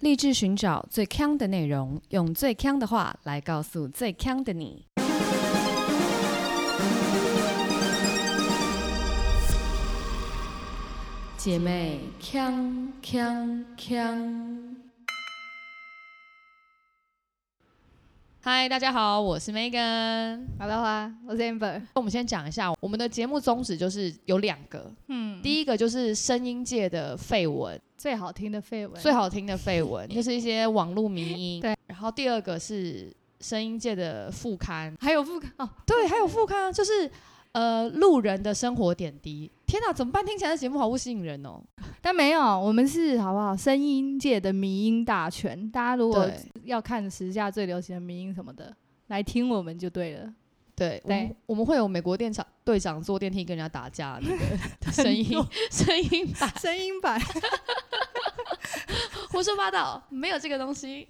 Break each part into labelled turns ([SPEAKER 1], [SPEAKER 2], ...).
[SPEAKER 1] 立志寻找最强的内容，用最强的话来告诉最强的你。姐妹，强强强！嗨，大家好，我是 Megan。
[SPEAKER 2] Hello 啊，我是 Amber。
[SPEAKER 1] 我们先讲一下，我们的节目宗旨就是有两个，
[SPEAKER 2] 嗯，第一
[SPEAKER 1] 第一个就是声音界的绯闻，
[SPEAKER 2] 最好听的绯闻，
[SPEAKER 1] 最好听的绯 闻，就是一些网络迷音。
[SPEAKER 2] 对，
[SPEAKER 1] 然后第二个是声音界的副刊，
[SPEAKER 2] 还有副刊哦，
[SPEAKER 1] 对，还有副刊啊就是呃路人的生活点滴。天哪，怎么办？听起来这节目好不吸引人哦。
[SPEAKER 2] 但没有，我们是好不好？声音界的迷音大全，大家如果
[SPEAKER 1] 对
[SPEAKER 2] 要看时下最流行的迷音什么的，来听我们就对了。
[SPEAKER 1] 对，我
[SPEAKER 2] 对
[SPEAKER 1] 们我们会有美国店长队长坐电梯跟人家打架那 个的声音声音 版，
[SPEAKER 2] 声音版，
[SPEAKER 1] 胡说八道，没有这个东 西。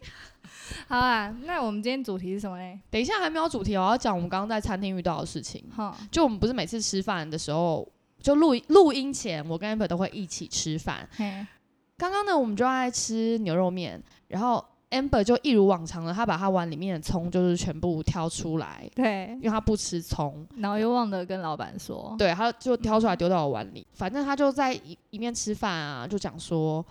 [SPEAKER 2] 好啊。那我们今天主题是什么嘞？
[SPEAKER 1] 等一下还没有主题哦，我要讲我们刚刚在餐厅遇到的事情。
[SPEAKER 2] 哈，
[SPEAKER 1] 就我们不是每次吃饭的时候，就录录音前，我跟 Amber 都会一起吃饭。
[SPEAKER 2] 嘿，
[SPEAKER 1] 刚刚呢，我们就在吃牛肉面，然后 Amber 就一如往常的，她把她碗里面的葱就是全部挑出来，
[SPEAKER 2] 对
[SPEAKER 1] 因，为她不吃葱，
[SPEAKER 2] 然后又忘了跟老板说，
[SPEAKER 1] 对，她就挑出来丢到我碗里。反正她就在一一面吃饭啊，就讲说。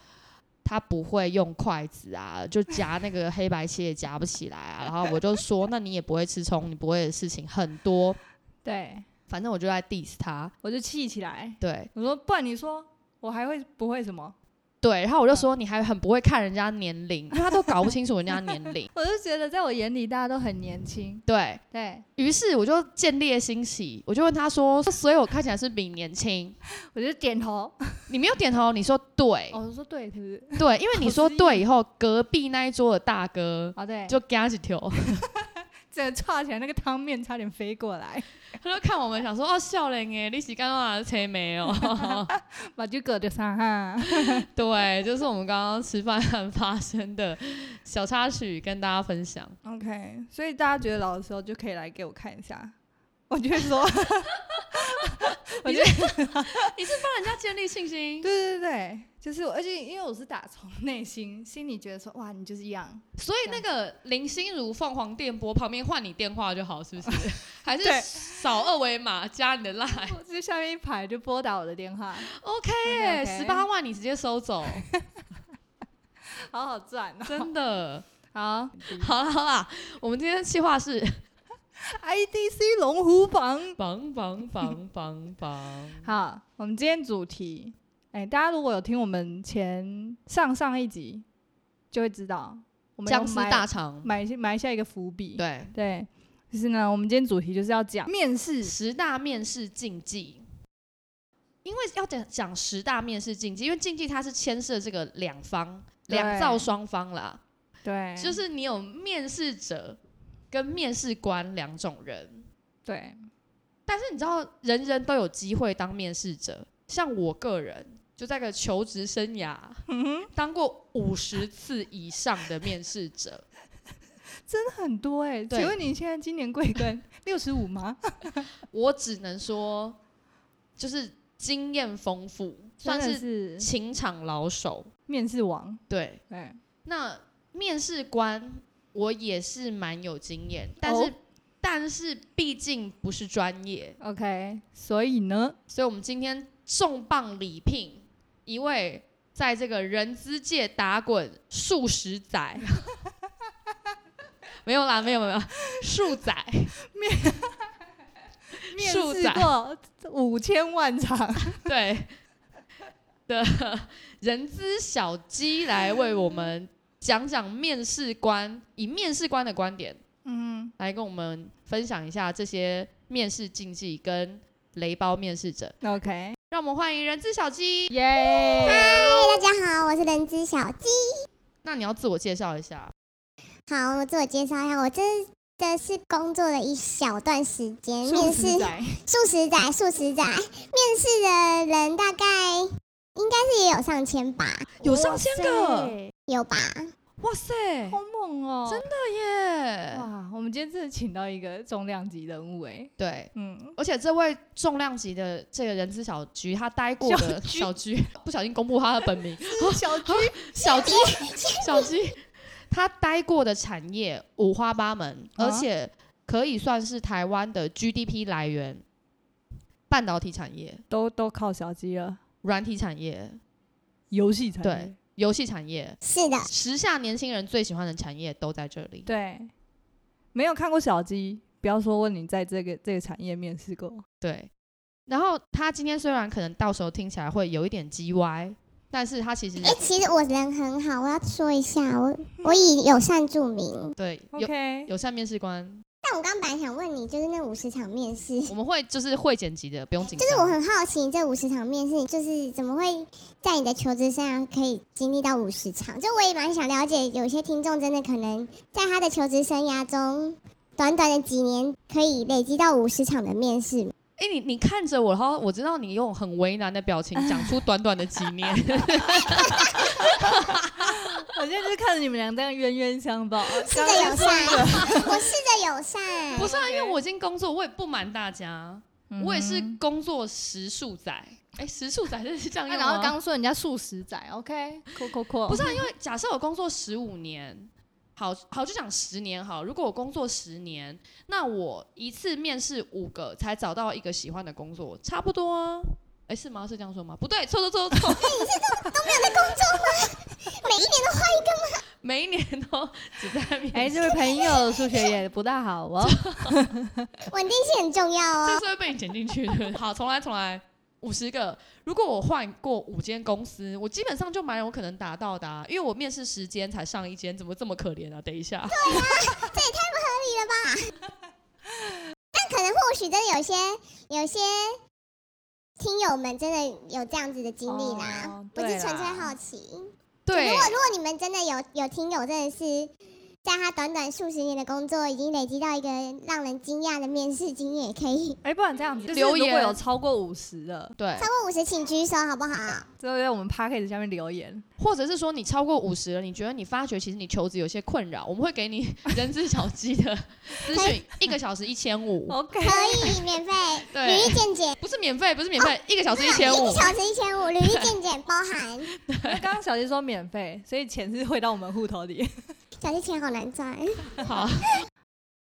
[SPEAKER 1] 她不会用筷子啊，就夹那个黑白切也夹不起来啊。然后我就说，那你也不会吃葱，你不会的事情很多。
[SPEAKER 2] 对，
[SPEAKER 1] 反正我就在 diss 她，
[SPEAKER 2] 我就气起来，
[SPEAKER 1] 对。
[SPEAKER 2] 我说不然你说我还会不会什么？。
[SPEAKER 1] 对，然后我就说你还很不会看人家年龄，因为他都搞不清楚人家年龄
[SPEAKER 2] 我就觉得在我眼里大家都很年轻，
[SPEAKER 1] 对
[SPEAKER 2] 对
[SPEAKER 1] 于是，我就见猎欣喜，我就问他说：“所以我看起来是比你年轻
[SPEAKER 2] 我就点头，？”
[SPEAKER 1] 你没有点头，你说对、
[SPEAKER 2] 哦我说对，是不是？
[SPEAKER 1] 对，因为你说对以后，隔壁那一桌的大哥
[SPEAKER 2] 哦，对，
[SPEAKER 1] 就夹起头，
[SPEAKER 2] 整个串起来，那个汤面差点飞过来，
[SPEAKER 1] 他就看我们想说：“哦，笑脸哎，你洗干嘛车没有？”
[SPEAKER 2] 把就搁着上哈。
[SPEAKER 1] 对，就是我们刚刚吃饭发生的小插曲，跟大家分享。
[SPEAKER 2] OK，所以大家觉得老的时候就可以来给我看一下，我就会 说，我就
[SPEAKER 1] 你是帮人家建立信心
[SPEAKER 2] 对，对对对，就是我，而且因为我是打从内心心里觉得说，哇，你就是一样，
[SPEAKER 1] 所以那个林心如凤凰电波旁边换你电话就好，是不是？还是
[SPEAKER 2] 对
[SPEAKER 1] 扫二维码加你的 line？OK
[SPEAKER 2] 我这下面一排就拨打我的电话，
[SPEAKER 1] 耶，
[SPEAKER 2] OK，OK
[SPEAKER 1] 十八万你直接收走，
[SPEAKER 2] 好好赚哦。
[SPEAKER 1] 真 的。
[SPEAKER 2] 好
[SPEAKER 1] 好啦好啦，我们今天的计划 是
[SPEAKER 2] ，IDC 龙虎榜。
[SPEAKER 1] 棒棒棒棒棒。
[SPEAKER 2] 好，我们今天主题，哎、大家如果有听我们前上上一集，就会知道我们有
[SPEAKER 1] 僵尸
[SPEAKER 2] 买
[SPEAKER 1] 大肠，
[SPEAKER 2] 埋下埋下一个伏笔。
[SPEAKER 1] 对，
[SPEAKER 2] 对就是呢，我们今天主题就是要讲面试。
[SPEAKER 1] 十大面试禁忌。因为要讲讲十大面试禁忌，因为禁忌它是牵涉这个两方
[SPEAKER 2] 对
[SPEAKER 1] 两造双方啦，
[SPEAKER 2] 对，
[SPEAKER 1] 就是你有面试者跟面试官两种人。
[SPEAKER 2] 对，
[SPEAKER 1] 但是你知道，人人都有机会当面试者。像我个人，就在个求职生涯，当过五十次以上的面试者。
[SPEAKER 2] 真的很多哎、
[SPEAKER 1] 对
[SPEAKER 2] 请问你现在今年贵庚？六十五 吗？
[SPEAKER 1] 我只能说，就是经验丰富，算
[SPEAKER 2] 真
[SPEAKER 1] 是
[SPEAKER 2] 的是
[SPEAKER 1] 情场老手。
[SPEAKER 2] 面试王。
[SPEAKER 1] 对，
[SPEAKER 2] 对，
[SPEAKER 1] 那面试官我也是蛮有经验，但是、
[SPEAKER 2] 哦
[SPEAKER 1] 但是毕竟不是专业，
[SPEAKER 2] OK，所以呢，
[SPEAKER 1] 所以我们今天重磅礼聘一位在这个人资界打滚数十载， 没有啦，没有没有， 数载，
[SPEAKER 2] 面
[SPEAKER 1] 树
[SPEAKER 2] 试
[SPEAKER 1] 仔
[SPEAKER 2] 过五千万场，
[SPEAKER 1] 对的人资小鸡来为我们讲讲面试官，以面试官的观点
[SPEAKER 2] 嗯，
[SPEAKER 1] 来跟我们分享一下这些面试禁忌跟雷包面试者，
[SPEAKER 2] OK，
[SPEAKER 1] 让我们欢迎人资小鸡。
[SPEAKER 2] 耶、
[SPEAKER 3] 嗨，大家好，我是人之小鸡。
[SPEAKER 1] 那你要自我介绍一下。
[SPEAKER 3] 好，我自我介绍一下，我真的是工作了一小段时间，面试
[SPEAKER 2] 数仔，
[SPEAKER 3] 数十载，数十载，面试的人大概应该是也有上千吧，
[SPEAKER 2] 有上千个
[SPEAKER 3] 有吧？
[SPEAKER 1] 哇塞，
[SPEAKER 2] 好猛哦、
[SPEAKER 1] 真的耶！
[SPEAKER 2] 哇，我们今天真的请到一个重量级人物哎、
[SPEAKER 1] 对，
[SPEAKER 2] 嗯，
[SPEAKER 1] 而且这位重量级的这个人资小菊，他待过的小
[SPEAKER 2] 小
[SPEAKER 1] 菊， 不小心公布他的本 名，
[SPEAKER 2] 小菊，
[SPEAKER 1] 小鸡，小鸡，他待过的产业五花八门，
[SPEAKER 2] 啊
[SPEAKER 1] 而且可以算是台湾的 GDP 来源，半导体产业、
[SPEAKER 2] 都都靠小鸡了，
[SPEAKER 1] 软体产业、
[SPEAKER 2] 游戏才
[SPEAKER 1] 对游戏产业，
[SPEAKER 3] 是的，
[SPEAKER 1] 时下年轻人最喜欢的产业都在这里。
[SPEAKER 2] 对，没有看过小鸡，不要说问你在这个这个产业面试过，
[SPEAKER 1] 对，然后他今天虽然可能到时候听起来会有一点叽歪，但是他其实
[SPEAKER 3] 哎、其实我人很好，我要说一下，我我以友善著名。
[SPEAKER 1] 对有
[SPEAKER 2] OK，
[SPEAKER 1] 友善面试官，
[SPEAKER 3] 但我刚本来想问你，就是那五十场面试，
[SPEAKER 1] 我们会就是会剪辑的，不
[SPEAKER 2] 哎
[SPEAKER 1] 用紧张。
[SPEAKER 3] 就是我很好奇，这五十场面试，就是怎么会在你的求职生涯可以经历到五十场？就我也蛮想了解，有些听众真的可能在他的求职生涯中，短短的几年可以累积到五十场的面试。
[SPEAKER 1] 哎、你你看着我，然后我知道你用很为难的表情讲出短短 的几年，
[SPEAKER 2] 我现在就是看着你们俩这样冤冤相报，
[SPEAKER 3] 试
[SPEAKER 2] 刚
[SPEAKER 3] 着友
[SPEAKER 2] 刚说一
[SPEAKER 3] 善
[SPEAKER 2] 个，，
[SPEAKER 3] 我试着友善。
[SPEAKER 1] 不是啊？因为我已经工作，我也不瞒大家，我也是
[SPEAKER 2] 嗯
[SPEAKER 1] 工作时数仔。哎、时数仔是这样
[SPEAKER 2] 哼，
[SPEAKER 1] 用
[SPEAKER 2] 啊
[SPEAKER 1] 吗？
[SPEAKER 2] 然后刚说人家素食仔，OK，扣扣扣，
[SPEAKER 1] 不是、啊，因为假设我工作十五年，好好就讲十年好。如果我工作十年，那我一次面试五个才找到一个喜欢的工作，差不多啊。哎、是吗？是这样说吗？不对，错错错错，
[SPEAKER 3] 每一年都换一个
[SPEAKER 1] 每一年都只在面试。
[SPEAKER 2] 哎，这位朋友数学也不大好哦，
[SPEAKER 3] 稳定性很重要
[SPEAKER 1] 这
[SPEAKER 3] 哦。
[SPEAKER 1] 是会被你剪进去 的。好，重来，重来，五十个。如果我换过五间公司，我基本上就蛮有可能达到的、啊，因为我面试时间才上一间，怎么这么可怜啊？等一下，
[SPEAKER 3] 但可能或许真的有些有些听友们真的有这样子的经历啦，
[SPEAKER 2] 哦
[SPEAKER 3] 我是
[SPEAKER 2] 对
[SPEAKER 3] 纯粹
[SPEAKER 2] 啦
[SPEAKER 3] 好奇。
[SPEAKER 1] 对
[SPEAKER 3] 如果如果你们真的有有听友，真的是在他短短数十年的工作，已经累积到一个让人惊讶的面试经验，也可以
[SPEAKER 2] 哎，不然这样子，就是
[SPEAKER 1] 留
[SPEAKER 2] 如果
[SPEAKER 1] 言
[SPEAKER 2] 有超过五十的，
[SPEAKER 1] 对
[SPEAKER 3] 超，过五十请举手，好不好？
[SPEAKER 2] 就在我们 p a c k a g e 下面留 言，
[SPEAKER 1] 或者是说你超过五十了，你觉得你发觉其实你求职有些困扰，我们会给 你人资小鸡的咨询，一个小时一千五，
[SPEAKER 2] 哦 OK，
[SPEAKER 3] 可以免费，履
[SPEAKER 1] 对，
[SPEAKER 3] 历健检，
[SPEAKER 1] 不是免费，不是免费，一个小时一
[SPEAKER 3] 一
[SPEAKER 1] 千五
[SPEAKER 3] 个，小时一千五，履历健检包含。
[SPEAKER 2] 那刚刚小鸡说免费，所以钱是汇到我们户头里。
[SPEAKER 3] 小时钱好难赚，
[SPEAKER 1] 好，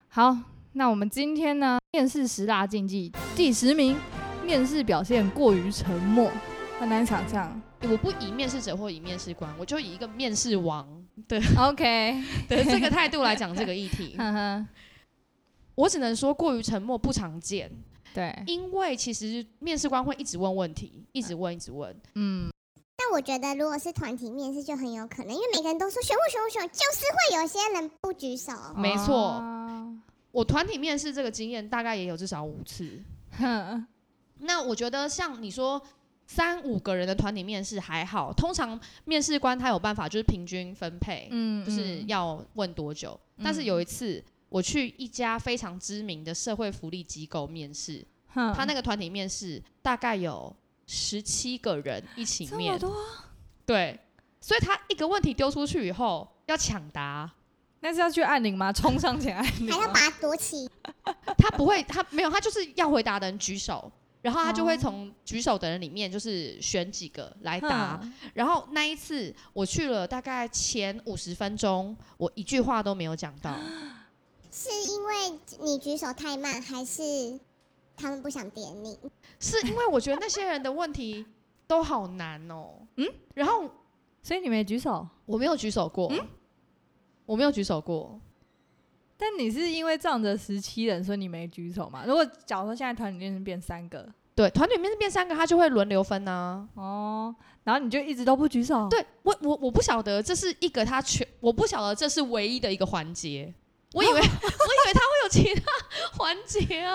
[SPEAKER 2] 好，那我们今天呢，面试十大禁忌第十名，面试表现过于沉默，很难想象。
[SPEAKER 1] 我不以面试者或以面试官，我就以一个面试王的
[SPEAKER 2] OK，
[SPEAKER 1] 的这个态度来讲这个议 题。
[SPEAKER 2] 呵呵，
[SPEAKER 1] 嗯我只能说过于沉默不常见，
[SPEAKER 2] 对，
[SPEAKER 1] 因为其实面试官会一直问问题，一直问，一直问。
[SPEAKER 2] 嗯，
[SPEAKER 3] 但我觉得如果是团体面试就很有可能，因为每个人都说选我选我选我，就是会有些人不举手。
[SPEAKER 1] 没错
[SPEAKER 2] 哦
[SPEAKER 1] 我团体面试这个经验大概也有至少五次。
[SPEAKER 2] 哼，
[SPEAKER 1] 那我觉得像你说三五个人的团体面试还好，通常面试官他有办法就是平均分配，
[SPEAKER 2] 嗯
[SPEAKER 1] 就是要问多久。但是有一次我去一家非常知名的社会福利机构面试，他
[SPEAKER 2] 他
[SPEAKER 1] 那个团体面试大概有十七个人一起
[SPEAKER 2] 这
[SPEAKER 1] 面
[SPEAKER 2] 么，多，
[SPEAKER 1] 对，所以他一个问题丢出去以后要抢答，
[SPEAKER 2] 那是要去按铃吗？冲上前按铃
[SPEAKER 1] 嗯
[SPEAKER 3] 还要
[SPEAKER 2] 吗？
[SPEAKER 3] 把它夺起，
[SPEAKER 1] 他不会，他没有，他就是要回答的人举手，然后他就会
[SPEAKER 2] 哦
[SPEAKER 1] 从举手的人里面就是选几个来答。然后那一次我去了大概前五十分钟，我一句话都没有讲 到，
[SPEAKER 3] 是因为你举手太慢，还是他们不想点你？
[SPEAKER 1] 是因为我觉得那些人的问题都好难哦。嗯
[SPEAKER 2] 嗯，
[SPEAKER 1] 然后
[SPEAKER 2] 所以你没举手，
[SPEAKER 1] 我没有举手过，我没有举手过。
[SPEAKER 2] 但你是因为仗着十七人，所以你没举手嘛？如果假如说现在团里面变三个，
[SPEAKER 1] 对，团里面变三个，他就会轮流分啊。
[SPEAKER 2] 哦，然后你就一直都不举手，
[SPEAKER 1] 对我我我不晓得这是一个他全，我不晓得这是唯一的一个环节。我 以为我以为他会有其他环节啊，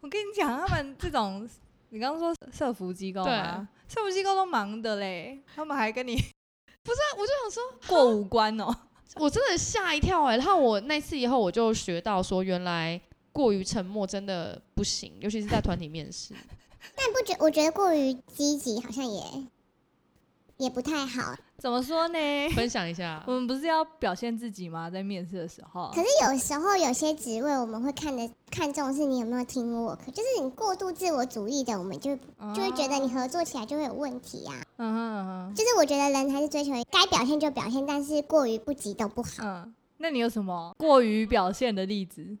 [SPEAKER 2] 我跟你讲，他们这种，你刚刚说社服机构
[SPEAKER 1] 对
[SPEAKER 2] 吗？社服机构都忙 的嘞，他们还跟你
[SPEAKER 1] 那我就想说，
[SPEAKER 2] 过五关 哦。
[SPEAKER 1] 我真的吓一跳哎、然后我那次以后我就学到说，原来过于沉默真的不行，尤其是在团体面试。
[SPEAKER 3] 但不觉，我觉得过于积极好像也也不太好。
[SPEAKER 2] 怎么说呢？
[SPEAKER 1] 分享一下
[SPEAKER 2] 我，们不是要表现自己吗？在面试的时候
[SPEAKER 3] 可，是有时候有些职位我们会看的看重是你有没有 team work，就是你过度自我主义的，我们就就会觉得你
[SPEAKER 2] 啊
[SPEAKER 3] 合作起来就会有问题啊。
[SPEAKER 2] 嗯哼嗯哼
[SPEAKER 3] 就是我觉得人还是追求该表现就表现，但是过于不及都不好。
[SPEAKER 2] 嗯，那你有什么过于表现的例子？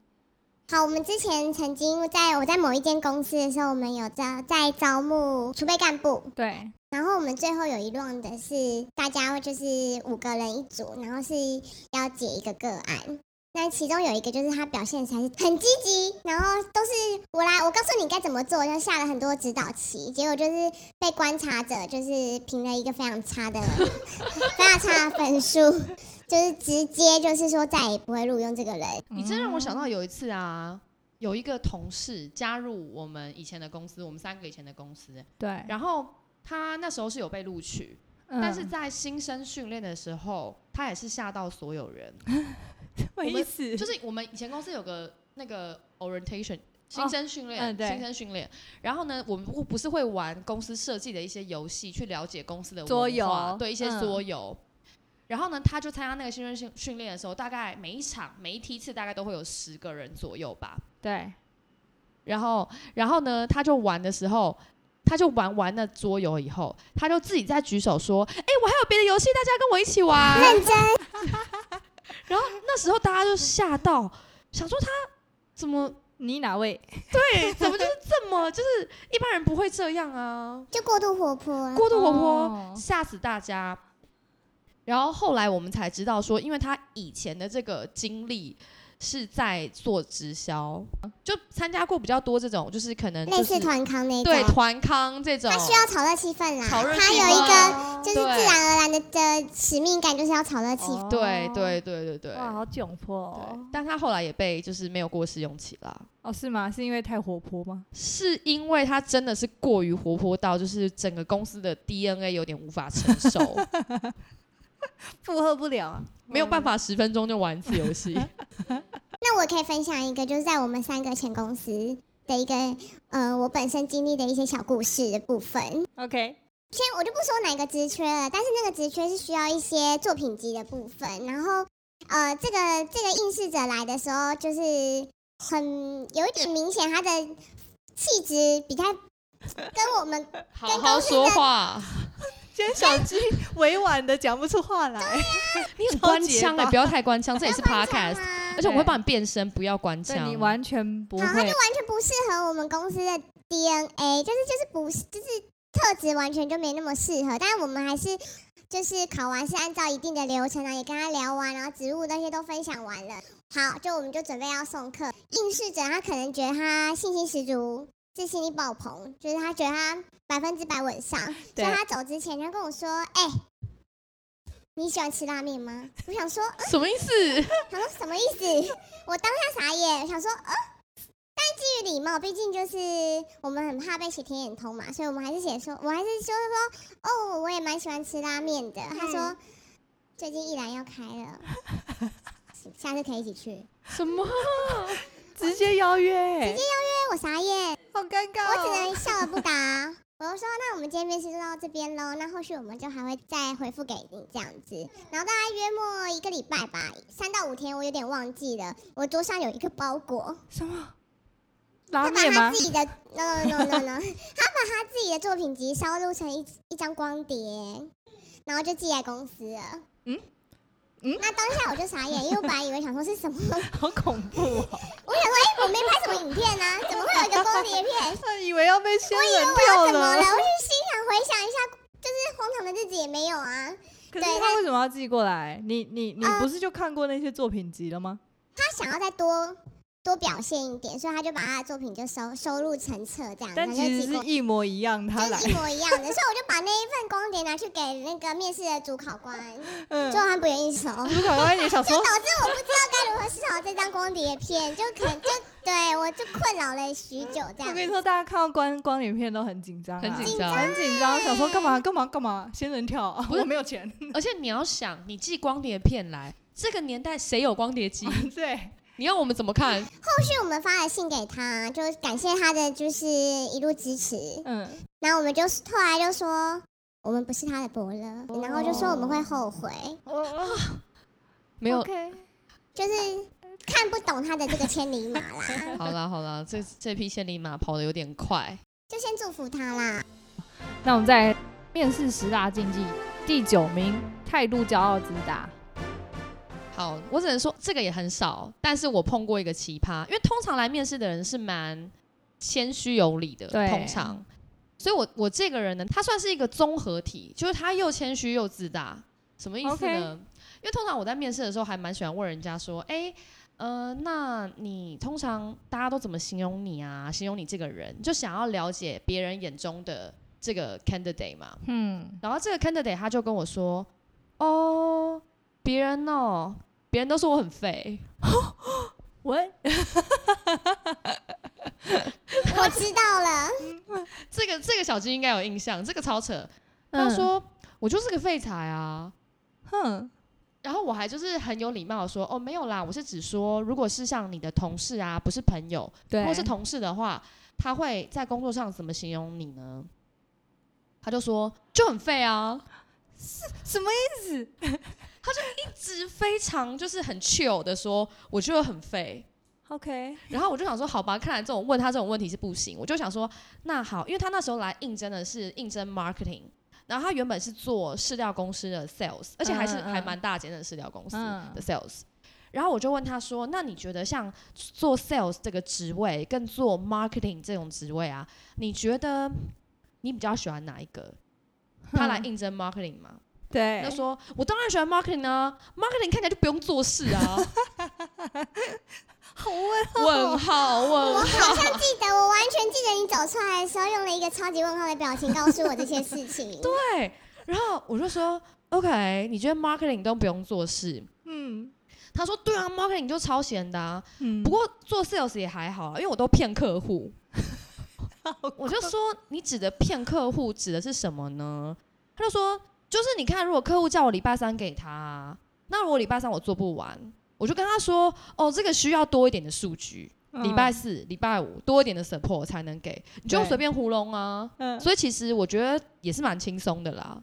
[SPEAKER 3] 好，我们之前曾经在我在某一间公司的时候，我们有招在招募储备干部，
[SPEAKER 2] 对，
[SPEAKER 3] 然后我们最后有一 round 的是大家就是五个人一组，然后是要解一个个案。那其中有一个就是他表现才是很积极，然后都是我来，我告诉你该怎么做，就下了很多指导棋，结果就是被观察者就是评了一个非常差的 非常差的分数，就是直接就是说再也不会录用这个人。
[SPEAKER 1] 你这让我想
[SPEAKER 2] 嗯
[SPEAKER 1] 到有一次啊，有一个同事加入我们以前的公司，我们三个以前的公司，
[SPEAKER 2] 对，
[SPEAKER 1] 然后他那时候是有被录取，但是
[SPEAKER 2] 嗯
[SPEAKER 1] 在新生训练的时候，他也是吓到所有人，
[SPEAKER 2] 什么
[SPEAKER 1] 我
[SPEAKER 2] 意
[SPEAKER 1] 们
[SPEAKER 2] 思？
[SPEAKER 1] 就是我们以前公司有个那个 orientation
[SPEAKER 2] 哦
[SPEAKER 1] 新生训练、
[SPEAKER 2] 嗯对
[SPEAKER 1] 新生训练，然后呢，我们不不是会玩公司设计的一些游戏，去了解公司的文
[SPEAKER 2] 桌
[SPEAKER 1] 化
[SPEAKER 2] 游
[SPEAKER 1] 对一些
[SPEAKER 2] 嗯
[SPEAKER 1] 桌游。然后呢，他就参加那个新生训训练的时候，大概每一场每一梯次大概都会有十个人左右吧。
[SPEAKER 2] 对，
[SPEAKER 1] 然后，然后呢，他就玩的时候，他就玩完了桌游以后，他就自己在举手说：“哎、我还有别的游戏，大家跟我一起玩。”认真。 然后那时候大家就吓到，想说他怎 么
[SPEAKER 2] 你哪位？
[SPEAKER 1] 对，怎么就是这么就是一般人不会这样啊，
[SPEAKER 3] 就过度活泼啊。
[SPEAKER 1] 过度活泼，
[SPEAKER 2] 哦
[SPEAKER 1] 吓、死大家。然后后来我们才知道说，因为他以前的这个经历是在做直销，就参加过比较多这种，就是可能、就
[SPEAKER 3] 类
[SPEAKER 1] 是、
[SPEAKER 3] 似团康那一种，
[SPEAKER 1] 对团康这种
[SPEAKER 3] 他，需要炒热气氛啦。
[SPEAKER 1] 炒热
[SPEAKER 3] 他
[SPEAKER 1] 气
[SPEAKER 3] 有一个
[SPEAKER 1] 氛
[SPEAKER 3] 就是自
[SPEAKER 1] 对
[SPEAKER 3] 然而然的的使命感，就是要炒热气氛。
[SPEAKER 2] 哦
[SPEAKER 1] 对对对对对，
[SPEAKER 2] 哇，好窘迫
[SPEAKER 1] 对
[SPEAKER 2] 哦。
[SPEAKER 1] 但他后来也被就是没有过试用期啦，
[SPEAKER 2] 哦，是吗？是因为太活泼吗？
[SPEAKER 1] 是因为他真的是过于活泼到就是整个公司的 DNA 有点无法承 受，
[SPEAKER 2] 负荷不了啊，
[SPEAKER 1] 没有办法十分钟就玩一次游 戏。
[SPEAKER 3] 那我可以分享一个，就是在我们三个前公司的一个，呃，我本身经历的一些小故事的部分。先
[SPEAKER 2] 嗯 OK，
[SPEAKER 3] 我就不说哪个职缺了，但是那个职缺是需要一些作品集的部分。然后，呃，这个这个应试者来的时候，就是很有一点明显，他的气质比较跟我们
[SPEAKER 1] 好好说话，
[SPEAKER 2] 今天小鸡委婉的讲不出话来，
[SPEAKER 1] 你很
[SPEAKER 2] 超
[SPEAKER 1] 官
[SPEAKER 2] 结
[SPEAKER 1] 腔哎、
[SPEAKER 2] 巴
[SPEAKER 1] 不要太官 腔，这也是
[SPEAKER 3] 看
[SPEAKER 1] podcast，
[SPEAKER 3] 吗
[SPEAKER 1] 而且我会帮你变身，不要官
[SPEAKER 2] 啊对
[SPEAKER 1] 腔。
[SPEAKER 2] 你完全不
[SPEAKER 3] 好，他就
[SPEAKER 2] 会。
[SPEAKER 3] 完全不适合我们公司的 DNA，就是就是不是就是特质完全就没那么适合。但是我们还是就是考完是按照一定的流程啊，也跟他聊完，然后职务那些都分享完了。好，就我们就准备要送客。应试者他可能觉得他信心十足，自信力爆棚，就是他觉得他百分之百稳上。所
[SPEAKER 2] 对
[SPEAKER 3] 以他走之前，他跟我说：“哎、你喜欢吃拉面吗？”我想说，
[SPEAKER 1] 什么意 思？
[SPEAKER 3] 他说什么意思？我当下傻眼，我想说，呃，但基于礼貌，毕竟就是我们很怕被写甜眼通嘛，所以我们还是写说，我还是说说，哦，我也蛮喜欢吃拉面的。他说，最近一兰要开了。 下次可以一起去，因
[SPEAKER 1] 什 么？
[SPEAKER 2] 直接邀约，
[SPEAKER 3] 为我傻眼，
[SPEAKER 2] 好尴
[SPEAKER 3] 我只
[SPEAKER 2] 尬哦。
[SPEAKER 3] 能笑而不答。我就说，那我们今天面试就到这边喽，那后续我们就还会再回复给你这样子。然后大概约莫一个礼拜吧，三到五天，我有点忘记了。我桌上有一个包裹，
[SPEAKER 2] 什么？拉
[SPEAKER 3] 他把
[SPEAKER 2] 面
[SPEAKER 3] 他
[SPEAKER 2] 吗
[SPEAKER 3] 自？己的 no no no no no，他把他自己的作品集烧录成一一张光碟，然后就寄来公司了。
[SPEAKER 2] 嗯嗯
[SPEAKER 3] 那当下我就傻眼，因为我本来以为想说是什么， 我想说
[SPEAKER 2] 好恐怖哦！
[SPEAKER 3] 哎、我没拍什么影片呢、啊怎么会有一个光碟 片？
[SPEAKER 2] 他以为要被仙人
[SPEAKER 3] 我
[SPEAKER 2] 跳
[SPEAKER 3] 要怎么了？我
[SPEAKER 2] 了
[SPEAKER 3] 就，心想回想一下，就是荒唐的日子也没有啊。
[SPEAKER 2] 可
[SPEAKER 3] 对
[SPEAKER 2] 是他为什么要寄过来？啊你你你不是就看过那些作品集了吗？
[SPEAKER 3] 他想要再多多表现一点，所以他就把他的作品就收收录成册这样，然
[SPEAKER 2] 但
[SPEAKER 3] 后就
[SPEAKER 2] 其实
[SPEAKER 3] 寄过
[SPEAKER 2] 是一模一样，他来
[SPEAKER 3] 就是，一模一样的，所以我就把那一份光碟拿去给那个面试的主考官，
[SPEAKER 2] 嗯
[SPEAKER 3] 结，果他不愿意收，就
[SPEAKER 2] 主考官也想说
[SPEAKER 3] 导致我不知道该如何收好这张光碟片，就可能就对我就困扰了许久这
[SPEAKER 2] 我跟你
[SPEAKER 3] 样。
[SPEAKER 2] 说，大家看到光光影片都很紧张、啊，哎
[SPEAKER 1] 很紧张
[SPEAKER 2] 很紧张，想说干嘛干嘛干嘛，仙人跳、啊，
[SPEAKER 1] 不是
[SPEAKER 2] 我没有钱，
[SPEAKER 1] 而且你要想，你寄光碟片来，这个年代谁有光碟机？
[SPEAKER 2] 对，
[SPEAKER 1] 你要我们怎么看？
[SPEAKER 3] 后续我们发了信给他，就感谢他的就是一路支持，
[SPEAKER 2] 嗯，
[SPEAKER 3] 然后我们就后来就说。我们不是他的伯乐，然后就说我们会后悔，
[SPEAKER 1] 没有
[SPEAKER 2] 哦 OK，
[SPEAKER 3] 就是看不懂他的这个千里 马啦，
[SPEAKER 1] 好啦好啦，这这匹千里马跑得有点快，
[SPEAKER 3] 就先祝福他啦。
[SPEAKER 2] 那我们在面试十大禁忌第九名，态度骄傲自大。
[SPEAKER 1] 好，我只能说这个也很少，但是我碰过一个奇葩，因为通常来面试的人是蛮谦虚有礼的，
[SPEAKER 2] 对
[SPEAKER 1] 通常，所以我我这个人呢，他算是一个综合体，就是他又谦虚又自大，什么意思
[SPEAKER 2] OK
[SPEAKER 1] 呢因为通常我在面试的时候还蛮喜欢问人家说，哎、呃，那你通常大家都怎么形容你啊？形容你这个人，就想要了解别人眼中的这个 candidate 嘛。
[SPEAKER 2] 嗯，
[SPEAKER 1] 然后这个 candidate 他就跟我说，哦，别人哦，别人都说我很废，
[SPEAKER 2] 喂，
[SPEAKER 3] 我知道了，
[SPEAKER 1] 这个这个小鸡应该有印象，这个超扯。
[SPEAKER 2] 嗯
[SPEAKER 1] 他说、我就是个废材啊，
[SPEAKER 2] 哼，
[SPEAKER 1] 然后我还就是很有礼貌地说，哦，没有啦，我是只说，如果是像你的同事啊，不是朋友，
[SPEAKER 2] 对，
[SPEAKER 1] 如果是同事的话，他会在工作上怎么形容你呢？他就说就很废啊，
[SPEAKER 2] 什么 意思？
[SPEAKER 1] 一直非常就是很 chill 的说，我觉得很废。
[SPEAKER 2] OK，
[SPEAKER 1] 然后我就想说，好吧，看来这种问他这种问题是不行。我就想说，那好，因为他那时候来应征的是应征 marketing，然后他原本是做饲料公司的 sales，而且还是
[SPEAKER 2] 嗯嗯
[SPEAKER 1] 还蛮大间的饲料公司
[SPEAKER 2] 嗯
[SPEAKER 1] 的 sales。然后我就问他说：“那你觉得像做 sales 这个职位，跟做 marketing 这种职位啊，你觉得你比较喜欢哪一个？”他来应征 marketing 嘛，
[SPEAKER 2] 对，
[SPEAKER 1] 他说：“我当然喜欢 marketing 啊，marketing 看起来就不用做事啊。
[SPEAKER 2] 好问”
[SPEAKER 1] 问号问
[SPEAKER 3] 我
[SPEAKER 1] 号。
[SPEAKER 3] 好像记得，我完全记得你走出来的时候用了一个超级问号的表情告诉我这些 事情。
[SPEAKER 1] 对，然后我就说 OK，你觉得 marketing 都不用做事？
[SPEAKER 2] 嗯
[SPEAKER 1] 他说对啊，marketing 就超闲的啊，
[SPEAKER 2] 嗯，
[SPEAKER 1] 不过做 sales 也还好啊，因为我都骗客户。我就说你指的骗客户指的是什么呢？他就说就是你看，如果客户叫我礼拜三给他啊，那如果礼拜三我做不完，我就跟他说哦，这个需要多一点的数据，礼拜四、礼拜五多一点的 support 才能给，你就
[SPEAKER 2] 嗯对
[SPEAKER 1] 随便糊弄啊。
[SPEAKER 2] 嗯，
[SPEAKER 1] 所以其实我觉得也是蛮轻松的啦。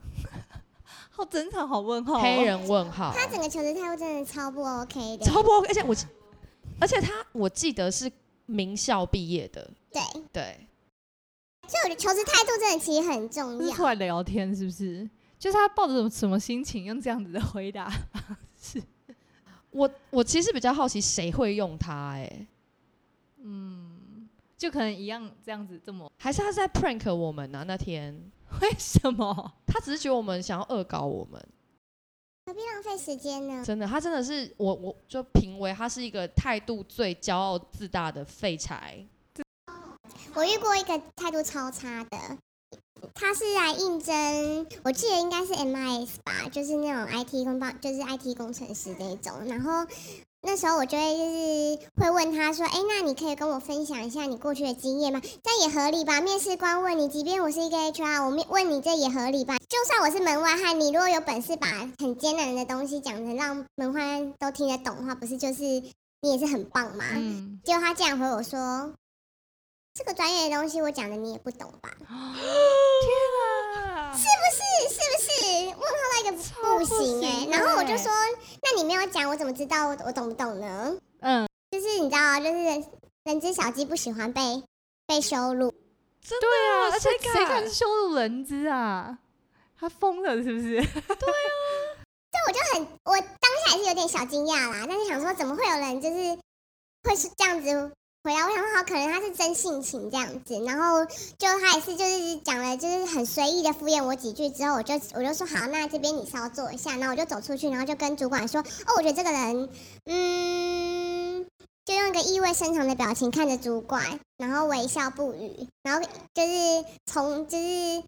[SPEAKER 2] 好整场好问号哦
[SPEAKER 1] 黑人问号，
[SPEAKER 3] 他整个求职态度真的超不 OK 的，
[SPEAKER 1] 超不 OK，而且我，而且他我记得是名校毕业的，
[SPEAKER 3] 对，
[SPEAKER 1] 对，
[SPEAKER 3] 所以我觉得求职态度真的其实很重
[SPEAKER 2] 是
[SPEAKER 3] 要
[SPEAKER 2] 出。来聊天是不是？就是他抱着什么什么心情用这样子的回答？
[SPEAKER 1] 我我其实比较好奇谁会用它，哎，
[SPEAKER 2] 嗯，就可能一样这样子这么
[SPEAKER 1] 还是他是在 prank 我们呢、啊那天
[SPEAKER 2] 为什么？
[SPEAKER 1] 他只是觉得我们想要恶搞我们，
[SPEAKER 3] 何必浪费时间呢？
[SPEAKER 1] 真的，他真的是我我就评为他是一个态度最骄傲自大的废柴。
[SPEAKER 3] 我遇过一个态度超差的，他是来应征，我记得应该是 MIS 吧，就是那种 IT 工帮，就是 IT 工程师那一种。然后那时候我就会就是会问他说：“哎，那你可以跟我分享一下你过去的经验吗？这样也合理吧？面试官问你，即便我是一个 HR，我面问你这也合理吧？就算我是门外汉，你如果有本事把很艰难的东西讲的让门外汉都听得懂的话，不是就是你也是很棒吗？”
[SPEAKER 2] 嗯，
[SPEAKER 3] 结果他竟然回我说：“这个专业的东西我讲的你也不懂吧？
[SPEAKER 2] 嗯天啊！
[SPEAKER 3] 是是不是？问号到一个
[SPEAKER 2] 超
[SPEAKER 3] 不行哎、
[SPEAKER 2] 不行
[SPEAKER 3] 然后我就
[SPEAKER 2] 欸
[SPEAKER 3] 说：“那你没有讲，我怎么知道我我懂不懂呢？
[SPEAKER 2] 嗯，
[SPEAKER 3] 就是你知道，就是人人之小鸡不喜欢被被羞辱。
[SPEAKER 1] 真的
[SPEAKER 2] 对啊，而且
[SPEAKER 1] 谁
[SPEAKER 2] 谁
[SPEAKER 1] 敢
[SPEAKER 2] 敢羞辱人之啊？他疯了是不是？
[SPEAKER 3] 我当下也是有点小惊讶啦，但是想说怎么会有人就是会是这样子回答？我想说好，可能他是真性情这样子。然后就他也是就是讲了就是很随意的敷衍我几句之后，我就我就说好，那这边你稍坐一下。然后我就走出去，然后就跟主管说，哦，我觉得这个人，嗯。就用一个意味深长的表情看着主管，然后微笑不语，然后就是从就是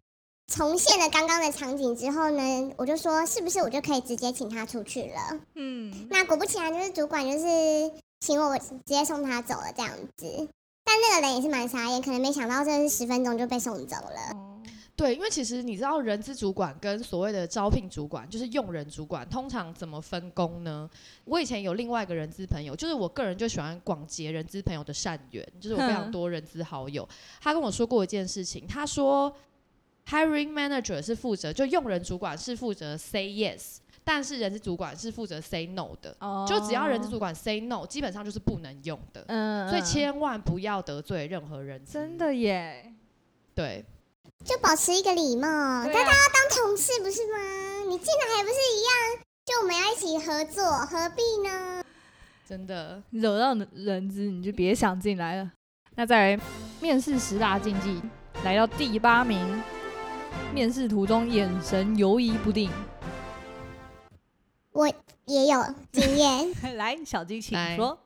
[SPEAKER 3] 重现了刚刚的场景之后呢，我就说是不是我就可以直接请他出去了？
[SPEAKER 2] 嗯，
[SPEAKER 3] 那果不其然，就是主管就是请我，我直接送他走了这样子。但那个人也是蛮傻眼，可能没想到这是十分钟就被送走了。
[SPEAKER 2] 嗯
[SPEAKER 1] 对，因为其实你知道，人资主管跟所谓的招聘主管，就是用人主管，通常怎么分工呢？我以前有另外一个人资朋友，就是我个人就喜欢广结人资朋友的善缘，就是我非常
[SPEAKER 2] 哼
[SPEAKER 1] 多人资好友。他跟我说过一件事情，他说 hiring manager 是负责，就用人主管是负责 say yes，但是人事主管是负责 say no 的。
[SPEAKER 2] 哦
[SPEAKER 1] 就只要人事主管 say no，基本上就是不能用的，
[SPEAKER 2] 嗯，
[SPEAKER 1] 所以
[SPEAKER 2] 嗯
[SPEAKER 1] 千万不要得罪任何人。
[SPEAKER 2] 真，的耶，
[SPEAKER 1] 对，
[SPEAKER 3] 就保持一个礼貌。大
[SPEAKER 2] 对啊
[SPEAKER 3] 家要当同事不是吗？你进来还不是一样？就我们要一起合作，何必呢？
[SPEAKER 1] 真的。
[SPEAKER 2] 惹到人资你就别想进来了。那再来，面试十大禁忌，来到第八名，面试途中眼神游移不定。
[SPEAKER 3] 我也有经验，
[SPEAKER 2] 来，小鸡，请
[SPEAKER 1] 来
[SPEAKER 2] 说。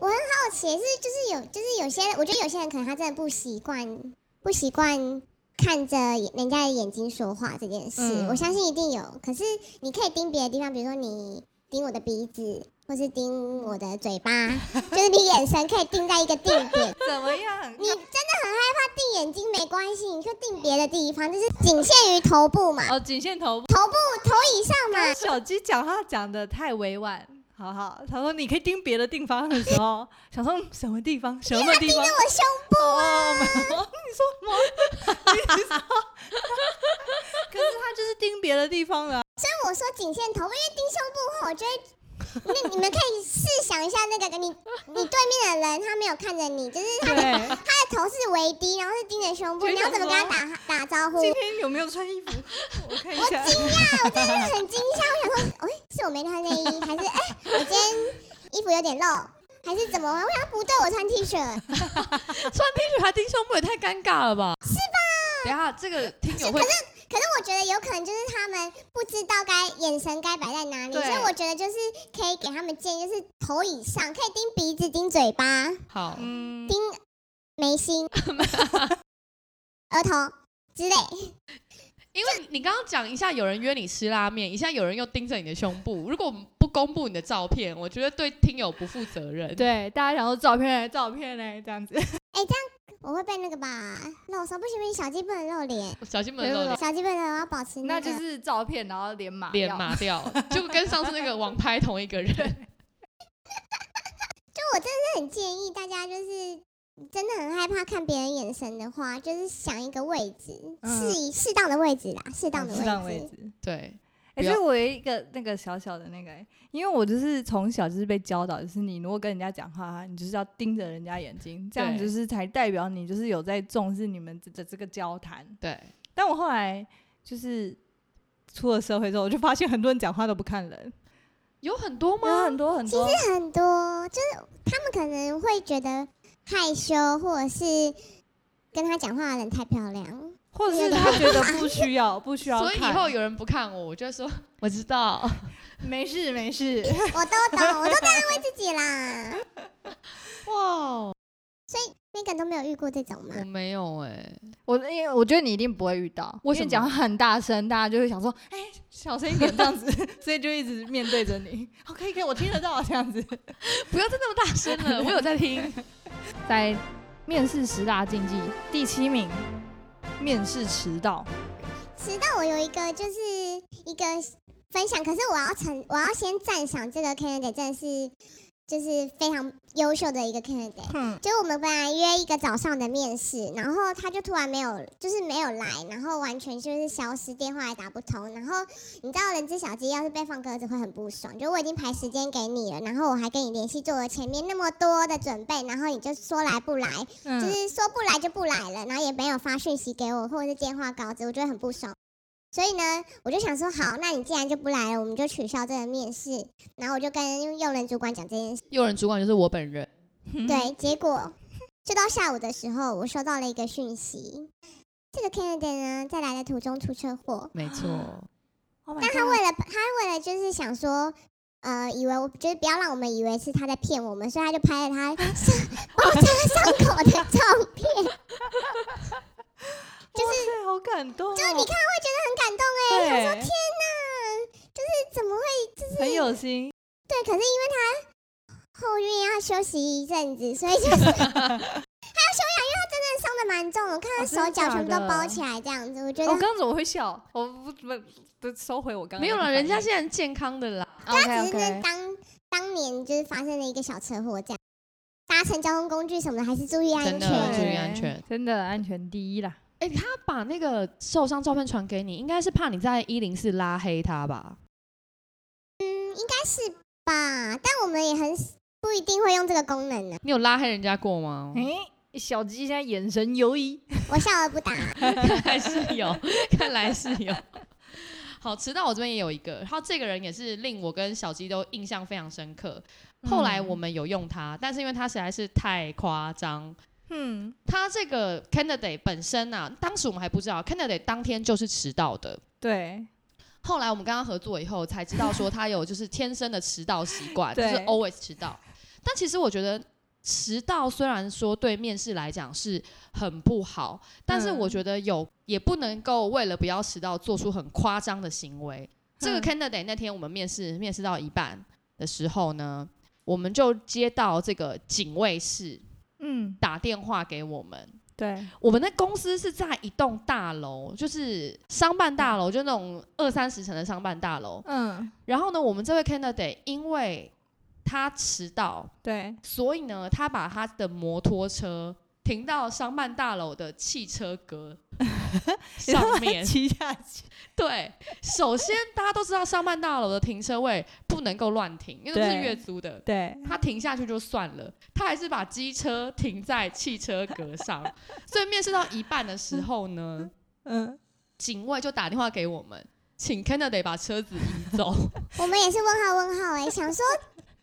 [SPEAKER 3] 我很好奇的是，就是有，就是有些人，我觉得有些人可能他真的不习惯，不习惯看着人家的眼睛说话这件事，
[SPEAKER 2] 嗯
[SPEAKER 3] 我相信一定有。可是你可以盯别的地方，比如说你盯我的鼻子，或是盯我的嘴巴，就是你眼神可以定在一个定点。
[SPEAKER 2] 怎么样？
[SPEAKER 3] 你真的很害怕定眼睛没关系，你就定别的地方，就是仅限于头部嘛，
[SPEAKER 2] 哦，仅限头部。
[SPEAKER 3] 头部头以上嘛。
[SPEAKER 2] 小鸡讲话讲的太委婉，好好。他说你可以盯别的地方的时候，想说嗯什么地方，什么地方。
[SPEAKER 3] 我胸部
[SPEAKER 2] 哦，没有，你说什么？你说可是他就是盯别的地方了。
[SPEAKER 3] 我说颈线头，因为盯胸部后，我就会。那你们可以试想一下，那个你你对面的人他没有看着你，就是他的
[SPEAKER 2] 对，
[SPEAKER 3] 他的头是围低，然后是啊盯着胸部，
[SPEAKER 2] 就
[SPEAKER 3] 你要
[SPEAKER 2] 想
[SPEAKER 3] 怎么跟他打打招呼？
[SPEAKER 2] 今天有没有穿衣服？我看一下。
[SPEAKER 3] 我 真的很惊吓，我想说，哎、是我没穿内衣，还是哎、我今天衣服有点露，还是怎么了？我想不对，我穿 T 恤，
[SPEAKER 1] 穿 T 恤还盯胸部也太尴尬了吧？是吧？等一下这个听友会
[SPEAKER 3] 可是我觉得有可能就是他们不知道该眼神该摆在哪里，
[SPEAKER 1] 对
[SPEAKER 3] 所以我觉得就是可以给他们建议，就是头以上可以盯鼻子、盯嘴巴、
[SPEAKER 1] 好，
[SPEAKER 2] 嗯，
[SPEAKER 3] 盯眉 心、额头之类。
[SPEAKER 1] 因为你刚刚讲一下有人约你吃拉面，一下有人又盯着你的胸部。如果我们不公布你的照片，我觉得对听友不负责任。
[SPEAKER 2] 对，大家想说照片嘞，照片嘞，这样子。
[SPEAKER 3] 我会被那个吧露手，不行不行，小鸡不能露脸，
[SPEAKER 1] 小心门露
[SPEAKER 3] 小鸡不能露，我要保持
[SPEAKER 2] 哦那
[SPEAKER 3] 那
[SPEAKER 2] 就
[SPEAKER 3] 个。
[SPEAKER 2] 是照片，然后连码
[SPEAKER 1] 脸
[SPEAKER 2] 掉。
[SPEAKER 1] 麻掉，就跟上次那个网拍同一个人。
[SPEAKER 3] 就我真的是很建议大家，就是真的很害怕看别人眼神的话，就是想一个位置，
[SPEAKER 2] 嗯
[SPEAKER 3] 适宜适当的位置啦，适当的
[SPEAKER 2] 适当
[SPEAKER 3] 位置。
[SPEAKER 2] 置。
[SPEAKER 1] 对，不
[SPEAKER 2] 哎、所
[SPEAKER 1] 要
[SPEAKER 2] 以我有一个那个小小的那个欸、因为我就是从小就是被教导，就是你如果跟人家讲话，啊你就是要盯着人家眼睛，这样
[SPEAKER 1] 对
[SPEAKER 2] 就是才代表你就是有在重视你们的这个交谈。
[SPEAKER 1] 对，
[SPEAKER 2] 但我后来就是出了社会之后，我就发现很多人讲话都不看人，
[SPEAKER 1] 有很多
[SPEAKER 2] 有
[SPEAKER 1] 吗？
[SPEAKER 2] 很多很
[SPEAKER 3] 其
[SPEAKER 2] 多，
[SPEAKER 3] 实很多，就是他们可能会觉得害羞，或者是跟他讲话的人太漂亮。
[SPEAKER 2] 或者是他觉得不需要，不
[SPEAKER 3] 啊
[SPEAKER 2] 需要
[SPEAKER 1] 所
[SPEAKER 2] 看，
[SPEAKER 1] 以以后有人不看我，我就说我知 道。
[SPEAKER 2] 没事没 事。
[SPEAKER 3] 我都懂，我都在安慰自己啦。
[SPEAKER 1] 哇，
[SPEAKER 3] 那个都没有遇过这种吗
[SPEAKER 1] 我？没有哎、
[SPEAKER 2] 我因为我觉得你一定不会遇到，
[SPEAKER 1] 为
[SPEAKER 2] 因
[SPEAKER 1] 什么
[SPEAKER 2] 讲话很大声，大家就会想说，哎、小声一点这样子， 所以就一直面对着你。好，可以可以，我听得到这样子。
[SPEAKER 1] 不要再那么大声了，我有在听。
[SPEAKER 2] 在面试十大禁忌第七名，面试迟到。
[SPEAKER 3] 迟到，我有一个就是一个分享，可是我要成，我要先赞赏这个 candidate，真的是就是非常优秀的一个 candidate。
[SPEAKER 2] 哼，
[SPEAKER 3] 就我们本来约一个早上的面试，然后他就突然没有，就是没有来，然后完全就是消失，电话也打不通。然后你知道人之小鸡要是被放鸽子会很不爽，就我已经排时间给你了，然后我还跟你联系，做了前面那么多的准备，然后你就说来不来，就
[SPEAKER 2] 嗯，
[SPEAKER 3] 是说不来就不来了，然后也没有发讯息给我或者是电话告知，我觉得很不爽。所以呢，我就想说，好，那你既然就不来了，我们就取消这个面试。然后我就跟用人主管讲这件事，
[SPEAKER 1] 用人主管就是我本人，
[SPEAKER 2] 嗯
[SPEAKER 3] 对，结果就到下午的时候，我收到了一个讯息，这个 Canada 呢，在来的途中出车祸，
[SPEAKER 1] 没错。
[SPEAKER 2] Oh my
[SPEAKER 3] 但他
[SPEAKER 2] God
[SPEAKER 3] 为了他为了就是想说。呃，以为我就是不要让我们以为是他在骗我们，所以他就拍了他 伤爆炸伤口的照片。
[SPEAKER 2] 哇塞好感动哦，
[SPEAKER 3] 就你看会觉得很感动哎、
[SPEAKER 2] 对，
[SPEAKER 3] 想说天哪，就是怎么会就是
[SPEAKER 2] 很有心，
[SPEAKER 3] 对？可是因为他后面要休息一阵子，所以就是 还要休养，因为他真的伤的蛮重，我看他
[SPEAKER 2] 哦真的
[SPEAKER 3] 手脚全部
[SPEAKER 2] 假
[SPEAKER 3] 都
[SPEAKER 2] 的
[SPEAKER 3] 包起来这样子，我觉
[SPEAKER 2] 我
[SPEAKER 3] 得
[SPEAKER 2] 哦刚刚怎么会笑？我不不不收回我刚刚
[SPEAKER 1] 没有
[SPEAKER 2] 了，
[SPEAKER 1] 了，人家现在很健康的啦。
[SPEAKER 3] 他
[SPEAKER 2] OK
[SPEAKER 3] 只是那
[SPEAKER 2] OK，
[SPEAKER 3] 当当年就是发生了一个小车祸这样。搭乘交通工具什么的，还是注意安
[SPEAKER 1] 真的
[SPEAKER 3] 全。
[SPEAKER 1] 注意安全，
[SPEAKER 2] 真的安全第一啦。
[SPEAKER 1] 哎、他把那个受伤照片传给你，应该是怕你在一零四拉黑他吧？
[SPEAKER 3] 嗯，应该是吧，但我们也很不一定会用这个功能呢、啊
[SPEAKER 1] 你有拉黑人家过吗？
[SPEAKER 2] 哎、小鸡现在眼神游移，
[SPEAKER 3] 我笑而不答。
[SPEAKER 1] 看来是有， 看来是有。好，迟到我这边也有一个，然后这个人也是令我跟小鸡都印象非常深刻。后来我们有用他，但是因为他实在是太夸张，
[SPEAKER 2] 嗯，
[SPEAKER 1] 他这个 candidate 本身啊，当时我们还不知道 candidate 当天就是迟到的。
[SPEAKER 2] 对，
[SPEAKER 1] 后来我们跟他合作以后，才知道说他有就是天生的迟到习 惯，就是
[SPEAKER 2] 对
[SPEAKER 1] always 迟到。但其实我觉得迟到虽然说对面试来讲是很不好，但是
[SPEAKER 2] 嗯
[SPEAKER 1] 我觉得有也不能够为了不要迟到做出很夸张的行为。这个
[SPEAKER 2] 嗯
[SPEAKER 1] candidate 那天我们面试面试到一半的时候呢，我们就接到这个警卫室
[SPEAKER 2] 嗯，
[SPEAKER 1] 打电话给我们，
[SPEAKER 2] 对，
[SPEAKER 1] 我们那公司是在一栋大楼，就是商办大楼，就那种二三十层的商办大楼。
[SPEAKER 2] 嗯，
[SPEAKER 1] 然后呢，我们这位 candidate 因为他迟到，
[SPEAKER 2] 对，
[SPEAKER 1] 所以呢，他把他的摩托车停到商办大楼的汽车格上 面。
[SPEAKER 2] 骑下去，
[SPEAKER 1] 对，首先大家都知道商办大楼的停车位不能够乱停，因为都是
[SPEAKER 2] 对
[SPEAKER 1] 月租的。
[SPEAKER 2] 对，
[SPEAKER 1] 他停下去就算了，他还是把机车停在汽车格上。所以面试到一半的时候呢，
[SPEAKER 2] 嗯，
[SPEAKER 1] 警卫就打电话给我们，请 Kennedy 把车子移 走。
[SPEAKER 3] 我们也是问号问号哎、想说，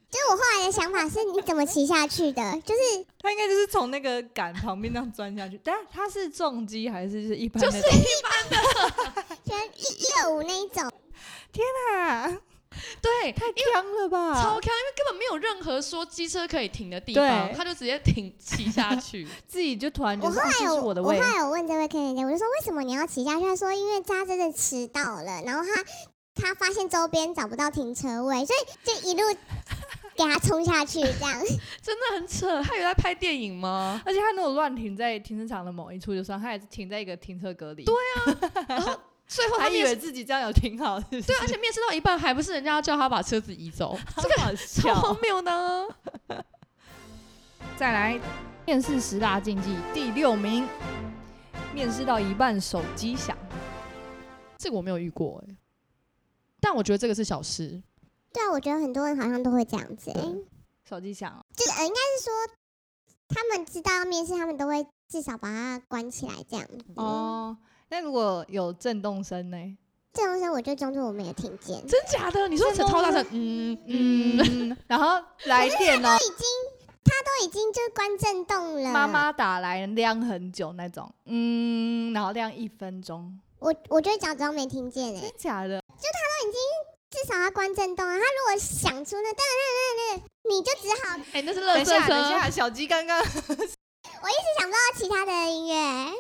[SPEAKER 3] 就是我后来的想法是，你怎么骑下去的？就是
[SPEAKER 2] 他应该就是从那个杆旁边那样钻下去，但他是重击还是是一般的？
[SPEAKER 1] 就是
[SPEAKER 3] 觉得一一二五那一种，
[SPEAKER 2] 啊，
[SPEAKER 1] 对，
[SPEAKER 2] 太强了吧！
[SPEAKER 1] 超开，因为根本没有任何说机车可以停的地方，
[SPEAKER 2] 对
[SPEAKER 1] 他就直接停骑下 去。
[SPEAKER 2] 自己就突然
[SPEAKER 3] 哎我
[SPEAKER 2] 觉
[SPEAKER 3] 后
[SPEAKER 2] 得、啊、这
[SPEAKER 3] 来
[SPEAKER 2] 是
[SPEAKER 3] 有
[SPEAKER 2] 我的
[SPEAKER 3] 后
[SPEAKER 2] 位，
[SPEAKER 3] 来有问这位 K 姐，我就说为什么你要骑下去？他说因为他真的迟到了，然后他他发现周边找不到停车位，所以就 一路给他冲下去这样。
[SPEAKER 1] 真的很扯，他有在拍电影吗？
[SPEAKER 2] 而且他那种乱停在停车场的某一处就算，他还是停在一个停车格里，
[SPEAKER 1] 最后
[SPEAKER 2] 还
[SPEAKER 1] 他
[SPEAKER 2] 以
[SPEAKER 1] 面
[SPEAKER 2] 为
[SPEAKER 1] 试，
[SPEAKER 2] 自己这样有停好，是不是
[SPEAKER 1] 对，而且面试到一半还不是人家要叫他把车子移走，这个
[SPEAKER 2] 好
[SPEAKER 1] 超荒
[SPEAKER 2] 笑。
[SPEAKER 1] 谬呢。
[SPEAKER 2] 再来，面试十大禁忌第六名，面试到一半手机响，
[SPEAKER 1] 这个我没有遇过哎、但我觉得这个是小事。
[SPEAKER 3] 对啊，我觉得很多人好像都会这样子、欸，
[SPEAKER 2] 手机响，
[SPEAKER 3] 就是呃，应该是说他们知道要面试，他们都会至少把它关起来这样。
[SPEAKER 2] 哦，那如果有震动声呢？
[SPEAKER 3] 这种声我就装作我没有听见。
[SPEAKER 1] 真假的？你说
[SPEAKER 2] 真的
[SPEAKER 1] 超大
[SPEAKER 2] 吗
[SPEAKER 1] 声？嗯嗯，
[SPEAKER 2] 嗯，然后来电 哦，
[SPEAKER 3] 已经，他都已经就关震动了。
[SPEAKER 2] 妈，妈打来亮很久那种，嗯，然后亮一分钟，
[SPEAKER 3] 我我就会假装没听见哎、
[SPEAKER 2] 真假的？
[SPEAKER 3] 至少他关震动啊。他如果想出那噔噔噔噔，你就只好
[SPEAKER 1] 哎、那是
[SPEAKER 2] 等
[SPEAKER 1] 乐
[SPEAKER 2] 一
[SPEAKER 1] 色
[SPEAKER 2] 下，等一
[SPEAKER 1] 车。
[SPEAKER 2] 下，小鸡刚刚
[SPEAKER 3] 是想不到其他的音乐。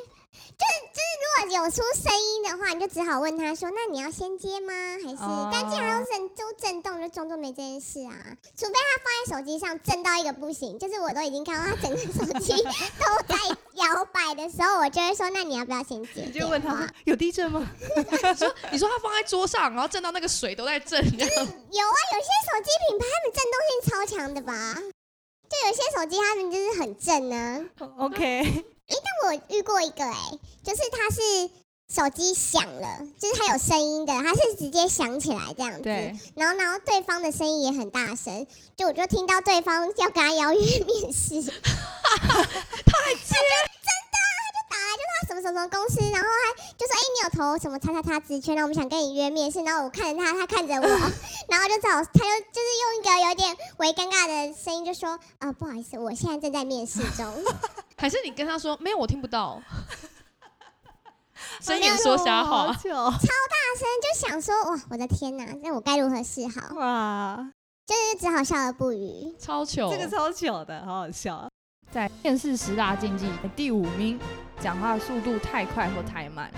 [SPEAKER 3] 就是就是，如果有出声音的话，你就只好问他说：“那你要先接吗？还是？”
[SPEAKER 2] 哦
[SPEAKER 3] 但既然都震都震动，就装作没这件事啊。除非他放在手机上震到一个不行，就是我都已经看到他整个手机都在摇摆的时候，我就会说：“那你要不要先接？”啊
[SPEAKER 2] 你 就问他说有地震 吗？
[SPEAKER 1] 你 说他放在桌上，然后震到那个水都在震，这样
[SPEAKER 3] 有啊，有些手机品牌他们震动性超强的吧？就有些手机他们就是很啊震呢、
[SPEAKER 2] 哦 OK，
[SPEAKER 3] 但我遇过一个哎、就是它是手机响了，就是它有声音的，它是直接响起来这样子。
[SPEAKER 2] 对，
[SPEAKER 3] 然后，然后对方的声音也很大声，就我就听到对方要跟他邀约面试， 他还接，真的啊，他就打来就说他什么什么公司，然后还就说哎、你有投什么叉叉叉职缺，然后我们想跟你约面试，然后我看着他，他看着我， 然后就找他就就是用一个有点微尴尬的声音就说啊、呃不好意思，我现在正在面试中。
[SPEAKER 1] 还是你跟他说没有，我听不 到，睁
[SPEAKER 2] 没
[SPEAKER 1] 眼
[SPEAKER 2] 有
[SPEAKER 1] 说瞎
[SPEAKER 2] 好
[SPEAKER 1] 话。
[SPEAKER 2] 久
[SPEAKER 3] 真就想说，哇，我的天哪，那我该如何是好？
[SPEAKER 2] 哇，
[SPEAKER 3] 就是只好笑而不语。
[SPEAKER 1] 超糗，
[SPEAKER 2] 啊这个超糗的，好好笑啊。在面试十大禁忌第五名，讲话速度太快或太慢。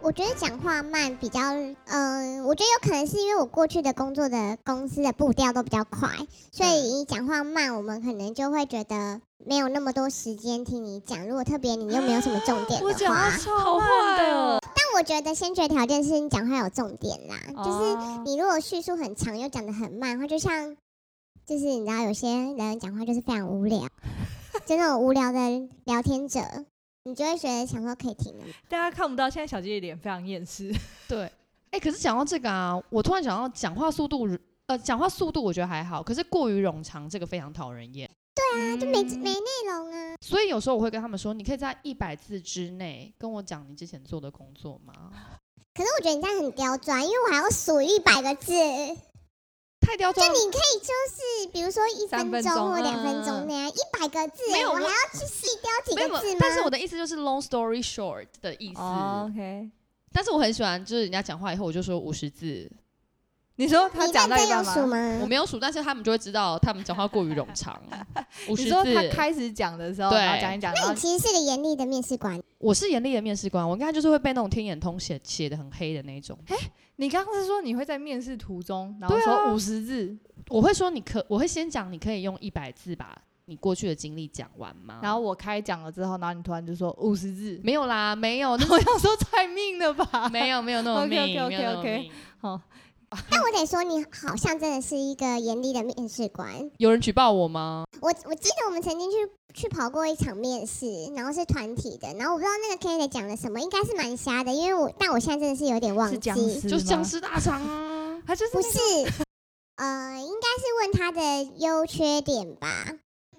[SPEAKER 3] 我觉得讲话慢比较，嗯、我觉得有可能是因为我过去的工作的公司的步调都比较快，所以
[SPEAKER 2] 嗯
[SPEAKER 3] 你讲话慢，我们可能就会觉得没有那么多时间听你讲。如果特别你又没有什么重点
[SPEAKER 2] 我
[SPEAKER 3] 的
[SPEAKER 2] 讲
[SPEAKER 3] 话
[SPEAKER 2] 话，
[SPEAKER 1] 好
[SPEAKER 2] 超慢
[SPEAKER 1] 坏
[SPEAKER 2] 的
[SPEAKER 1] 哦，
[SPEAKER 3] 但我觉得先决条件是你讲话有重点啦，就是
[SPEAKER 2] 哦
[SPEAKER 3] 你如果叙述很长又讲得很慢，它就像，就是你 知道有些人讲话就是非常无聊，就那种无聊的聊天者，你就会觉得想说可以停了。
[SPEAKER 2] 大家看不到，现在小姐姐脸非常厌世。
[SPEAKER 1] 对，哎、可是讲到这个啊，我突然想到讲话速度，呃，讲话速度我觉得还好，可是过于冗长这个非常讨人厌。
[SPEAKER 2] 对啊，就
[SPEAKER 3] 没没内容啊，
[SPEAKER 1] 所以有时候我会跟他们说，你可以在一百字之内跟我讲你之前做的工作吗？
[SPEAKER 3] 可是我觉得你这样很刁钻，因为我还要数一百个字。就
[SPEAKER 1] 太刁钻了，
[SPEAKER 3] 你可以就是比如说一
[SPEAKER 2] 三分
[SPEAKER 3] 钟
[SPEAKER 2] 钟
[SPEAKER 3] 或两分
[SPEAKER 2] 嗯
[SPEAKER 3] 钟那样，一百个字，
[SPEAKER 1] 没有
[SPEAKER 3] 我还
[SPEAKER 1] 我
[SPEAKER 3] 要去细雕几
[SPEAKER 1] 没有
[SPEAKER 3] 个字吗？
[SPEAKER 1] 但是我的意思就是 long story short 的意思。
[SPEAKER 2] 哦 OK，
[SPEAKER 1] 但是我很喜欢，就是人家讲话以后我就说五十字，
[SPEAKER 2] 你说他
[SPEAKER 3] 你
[SPEAKER 2] 讲
[SPEAKER 3] 认
[SPEAKER 2] 到一
[SPEAKER 3] 真有
[SPEAKER 2] 半
[SPEAKER 3] 数
[SPEAKER 2] 吗？
[SPEAKER 1] 我
[SPEAKER 3] 吗？
[SPEAKER 1] 没有数，但是他们就会知道他们讲话过于冗 长。五十
[SPEAKER 2] 你
[SPEAKER 1] 字，
[SPEAKER 2] 说他开始讲的时候，
[SPEAKER 1] 对
[SPEAKER 2] 然后讲一讲，然
[SPEAKER 3] 那
[SPEAKER 2] 后
[SPEAKER 3] 你其实是个严厉的面试官，
[SPEAKER 1] 我是严厉的面试官，我应该就是会被那种天眼通写写的很黑的那种。
[SPEAKER 2] 你刚刚是说你会在面试途中，然后
[SPEAKER 1] 对啊
[SPEAKER 2] 说五十字，
[SPEAKER 1] 我会说你可，我会先讲，你可以用一百字把你过去的经历讲完吗？
[SPEAKER 2] 然后我开讲了之后，然后你突然就说五十字，
[SPEAKER 1] 没有啦，没有， 那
[SPEAKER 2] 我想说太命了吧？ 哦
[SPEAKER 1] 没有没有那种命
[SPEAKER 2] OK，OK，OK，OK
[SPEAKER 1] 没有那种命
[SPEAKER 3] 但我得说你好像真的是一个严厉的面试官。
[SPEAKER 1] 有人举报我吗？
[SPEAKER 3] 我我记得我们曾经去去跑过一场面试，然后是团体的，然后我不知道那个 candidate 讲了什么，应该是蛮瞎的，因为我但我现在真的是有点忘
[SPEAKER 2] 是
[SPEAKER 3] 记，
[SPEAKER 2] 僵尸，！
[SPEAKER 1] 就是僵，尸大肠啊
[SPEAKER 2] 他就是
[SPEAKER 3] 不是，呃，应该是问他的优缺点吧。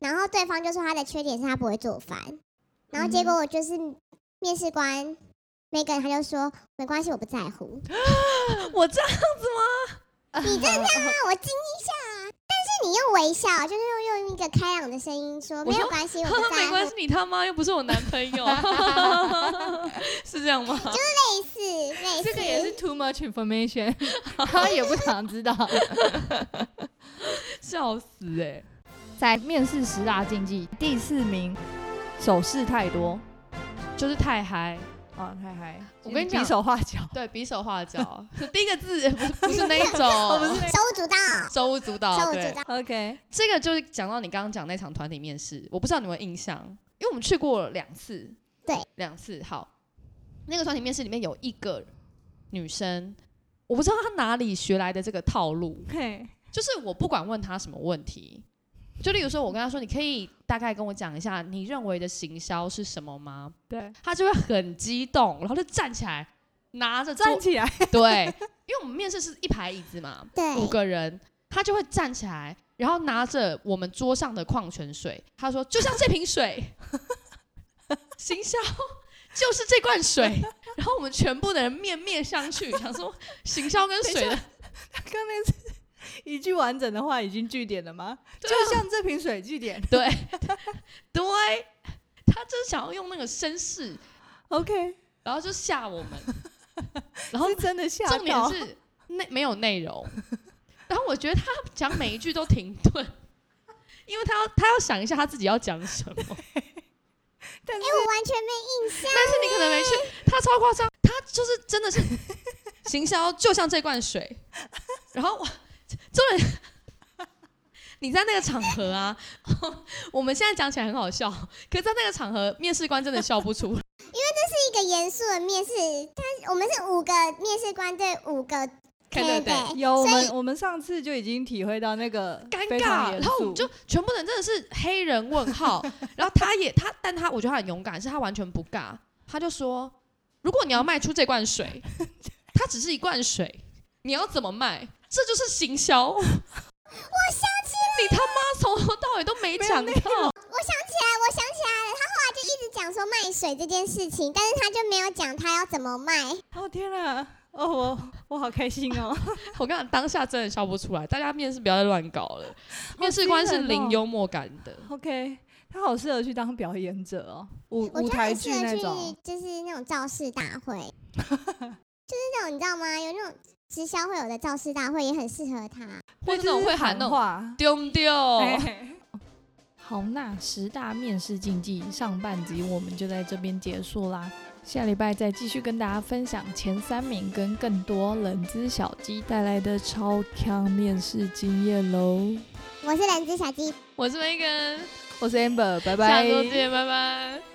[SPEAKER 3] 然后对方就说他的缺点是他不会做饭，然
[SPEAKER 2] 嗯
[SPEAKER 3] 后结果我就是面试官那个人，他就说没关系，我不在乎。
[SPEAKER 1] 我这样子吗？
[SPEAKER 2] 嗯
[SPEAKER 3] 你这样啊，我惊一下啊！但是你用微笑，就是用用一个开朗的声音说
[SPEAKER 1] 我
[SPEAKER 3] 没有
[SPEAKER 1] 说
[SPEAKER 3] 关 系，我不
[SPEAKER 1] 没
[SPEAKER 3] 在乎
[SPEAKER 1] 关。系，你他妈又不是我男朋 友，是这样吗？
[SPEAKER 3] 类似类
[SPEAKER 2] 这
[SPEAKER 3] 似，
[SPEAKER 2] 个也是 too much information，他 也不想知道。
[SPEAKER 1] 笑死哎、
[SPEAKER 2] 在面试十大禁忌第四名，手势太多
[SPEAKER 1] 就是太嗨，
[SPEAKER 2] 啊，太嗨！
[SPEAKER 1] 我跟你讲
[SPEAKER 2] 比手画 脚，
[SPEAKER 1] 对比手画脚，是第一个字不是不是那一 种，
[SPEAKER 3] 手舞足蹈，
[SPEAKER 1] 手舞足蹈，
[SPEAKER 3] 手舞
[SPEAKER 1] 哦对
[SPEAKER 3] 足蹈。
[SPEAKER 2] OK，
[SPEAKER 1] 这个就是讲到你刚刚讲那场团体面试，我不知道你有没有印象，因为我们去过两次，
[SPEAKER 3] 对，
[SPEAKER 1] 两次。好，那个团体面试里面有一个女生，我不知道她哪里学来的这个套路，
[SPEAKER 2] 嘿，
[SPEAKER 1] 就是我不管问她什么问题，就例如说我跟她说，你可以大概跟我讲一下你认为的行销是什么吗？
[SPEAKER 2] 对，
[SPEAKER 1] 她就会很激动，然后就站起来拿着桌
[SPEAKER 2] 站起来，
[SPEAKER 1] 对，因为我们面试是一排椅子嘛，
[SPEAKER 3] 对
[SPEAKER 1] 五个人，他就会站起来，然后拿着我们桌上的矿泉水，他说：“就像这瓶水， 行销就是这罐水。”然后我们全部的人面面相觑，想说行销跟水的，
[SPEAKER 2] 刚那是一句完整的话已经据点了吗？就
[SPEAKER 1] 啊
[SPEAKER 2] 像这瓶水据点
[SPEAKER 1] 对对，他就是想要用那个绅士，
[SPEAKER 2] ，OK，
[SPEAKER 1] 然后就吓 我们，然后
[SPEAKER 2] 是真的吓
[SPEAKER 1] 重点
[SPEAKER 2] 到，
[SPEAKER 1] 是内没有内 容。然后我觉得他讲每一句都停顿，因为他要他要想一下他自己要讲什么。但
[SPEAKER 2] 但是
[SPEAKER 3] 哎，我完全没印象。
[SPEAKER 1] 是你可能没去， 他超夸张，他就是真的是行销，就像这罐水。然后我重点， 你在那个场合啊， 我们现在讲起来很好笑，可是在那个场合，面试官真的笑不出来。
[SPEAKER 3] 一个严肃的面试，但我们是五个面试官对五个，
[SPEAKER 1] 看对不对？
[SPEAKER 2] 有我
[SPEAKER 3] 所
[SPEAKER 2] 们
[SPEAKER 3] 以
[SPEAKER 2] 我们上次就已经体会到那个
[SPEAKER 1] 尴
[SPEAKER 2] 非常
[SPEAKER 1] 尬，
[SPEAKER 2] 严
[SPEAKER 1] 然后我们
[SPEAKER 2] 肃
[SPEAKER 1] 就全部人真的是黑人问号， 然后他也他，但他我觉得他很勇敢，是他完全不尬，他就说，如果你要卖出这罐水， 它只是一罐水，你要怎么卖？这就是行销。我想起来，你他妈从头到尾都没讲到，
[SPEAKER 3] 我想起来，我想起来了，他后来就一直讲说卖水这件事情，但是他就没有讲他要怎么卖。
[SPEAKER 2] 哦天哪，哦我我好开心哦，
[SPEAKER 1] 我跟你讲，当下真的笑不出来。大家面试不要再乱搞了，面试官是
[SPEAKER 2] 惊人哦
[SPEAKER 1] 零幽默感的。
[SPEAKER 2] OK，他好适合去当表演者哦，舞舞
[SPEAKER 3] 我觉得
[SPEAKER 2] 台
[SPEAKER 3] 很适
[SPEAKER 2] 剧
[SPEAKER 3] 合
[SPEAKER 2] 那
[SPEAKER 3] 去
[SPEAKER 2] 种。
[SPEAKER 3] 就是那种造势大 会，就是那种你知道吗？有那种直销会有的造势大会也很适合他。
[SPEAKER 1] 或者
[SPEAKER 2] 对
[SPEAKER 1] 那种
[SPEAKER 2] 就是
[SPEAKER 1] 会喊那种
[SPEAKER 2] 话。
[SPEAKER 1] 丢不丢？
[SPEAKER 2] 哎 好，那十大面试禁忌上半集我们就在这边结束啦，下礼拜再继续跟大家分享前三名跟更多冷知小鸡带来的超强面试经验喽。
[SPEAKER 3] 我是人之小鸡，
[SPEAKER 1] 我是 Megan，
[SPEAKER 2] 我是 Amber，
[SPEAKER 1] 下
[SPEAKER 2] 拜拜。
[SPEAKER 1] 周见，拜拜。